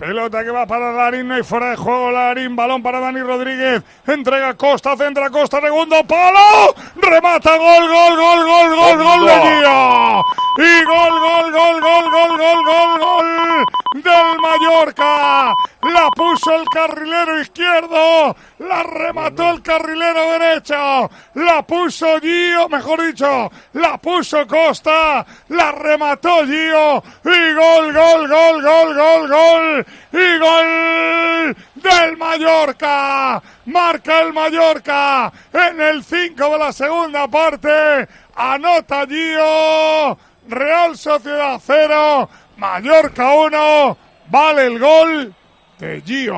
Pelota que va para Larín, no hay fuera de juego Larín, balón para Dani Rodríguez, entrega Costa, centra Costa, segundo palo, remata, gol, gol, gol, gol, gol, gol de Gio. Y gol, gol, gol, gol, gol, gol, gol, gol del Mallorca. La puso el carrilero izquierdo, la remató el carrilero derecho, la puso Gio, mejor dicho, la puso Costa, la remató Gio y gol, gol, gol, gol, gol, gol y gol del Mallorca. Marca el Mallorca en el 5 de la segunda parte. Anota Gio. Real Sociedad 0, Mallorca 1. Vale el gol de Gio.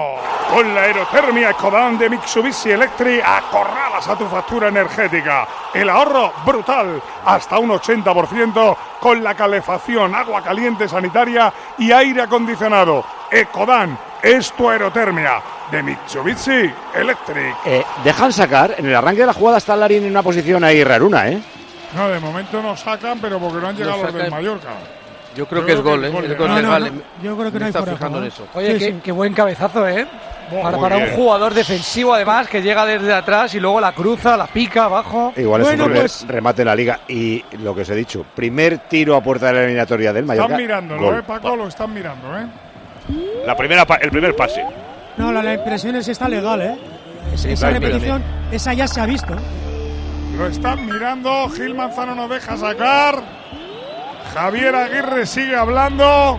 Con la aerotermia Ecodan de Mitsubishi Electric acorralas a tu factura energética. El ahorro brutal, hasta un 80% con la calefacción, agua caliente sanitaria y aire acondicionado. Ecodan es tu aerotermia de Mitsubishi Electric. Eh, dejan sacar, en el arranque de la jugada está Larín en una posición ahí raruna, ¿eh? No, de momento no sacan, pero porque no han llegado los del sacan. Mallorca. Yo creo que es gol, ¿eh? El gol No, del no, Vale. no, yo creo que Me no hay está fuera de fijando juego, en ¿eh? eso. Oye, Sí, qué, sí. qué buen cabezazo, ¿eh? Muy Para, para bien. un jugador defensivo, además, que llega desde atrás y luego la cruza, la pica abajo. Igual es Bueno, un primer pues- remate de la liga. Y lo que os he dicho, primer tiro a puerta de la eliminatoria del Mallorca. Están mirándolo, gol. ¿eh, Paco? Lo están mirando, ¿eh? La primera, pa- el primer pase. pues, No, la, la impresión es está legal, ¿eh? Esa claro, repetición, esa ya se ha visto. Lo están mirando. Gil Manzano no deja sacar. Javier Aguirre sigue hablando.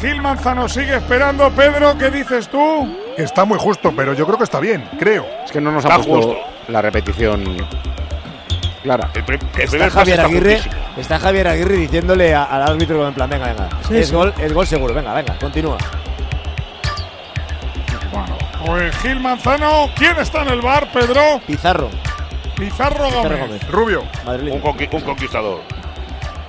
Gil Manzano sigue esperando. Pedro, ¿qué dices tú? Está muy justo, pero yo creo que está bien, creo. Es que no nos Está ha puesto justo. la repetición clara. El, pri- el Está primer pase Javier, está Aguirre, justísimo. está Javier Aguirre diciéndole a- al árbitro como en plan, venga, venga. Sí, es, sí. Gol, es gol seguro, venga, venga, continúa. Bueno, pues Gil Manzano. ¿Quién está en el bar, Pedro? Pizarro, Pizarro Pizarro Gómez. Gómez, Rubio, Un, madrileño. conqui- un conquistador.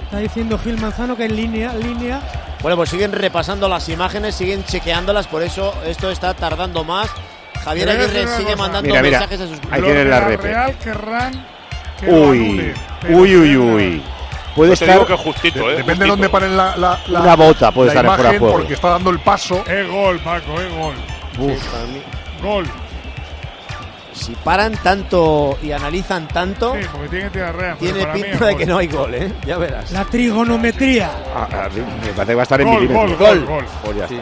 Está diciendo Gil Manzano que en línea, línea. Bueno, pues siguen repasando las imágenes, siguen chequeándolas, por eso esto está tardando más. Javier Pero voy a decir Aguirre una sigue cosa. mandando Mira, mira. mensajes a sus Ahí Los tienen de la repe. Real querrán que lo Uy, anulen, pero uy, uy, no. uy. Puede Yo Pues te estar digo que es justito, ¿eh? depende de justito. dónde paren la, la, la- una bota, puede la estar en fuera de imagen, juego. porque está dando el paso. Es gol, Paco, es gol. Gol. Si paran tanto y analizan tanto, Sí, porque tiene que tirar Real. pero tiene para mí es pinta de gol. que no hay gol, ¿eh? Ya verás. La trigonometría. Ah, ah, me parece que va a estar en Gol, milímetros. gol, gol, gol. Pues ya está.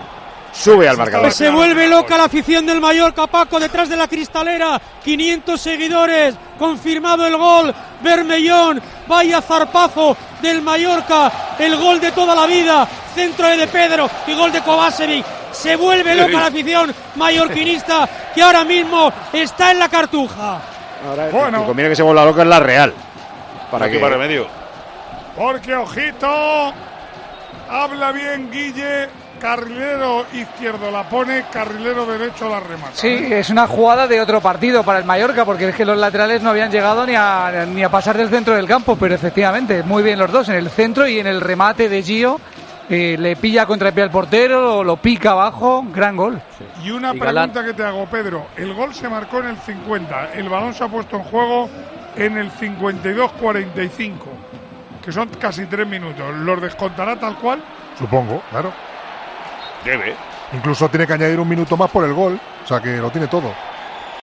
Sube al marcador. Pues se vuelve loca la afición del Mallorca, Paco, detrás de la cristalera. 500 seguidores, confirmado el gol. Bermellón, vaya zarpazo del Mallorca, el gol de toda la vida. Centro de Pedro y gol de Kovacevic. Se vuelve loca la afición mallorquinista que ahora mismo está en la cartuja. Ahora, Bueno. que conviene que se vuelva loca es la Real. Para Aquí que va remedio. Porque ojito, habla bien Guille, carrilero izquierdo la pone, carrilero derecho la remata. ¿eh? Sí, ¿eh? es una jugada de otro partido para el Mallorca, porque es que los laterales no habían llegado ni a, ni a pasar del centro del campo, pero efectivamente, muy bien los dos, en el centro y en el remate de Gio. eh, le pilla contra el pie al portero, lo, lo pica abajo, gran gol. Y una Y Galán. pregunta que te hago, Pedro. El gol se marcó en el 50, el balón se ha puesto en juego en el 52-45, que son casi tres minutos. ¿Los descontará tal cual? Supongo, claro. Debe. Incluso tiene que añadir un minuto más por el gol. O sea que lo tiene todo.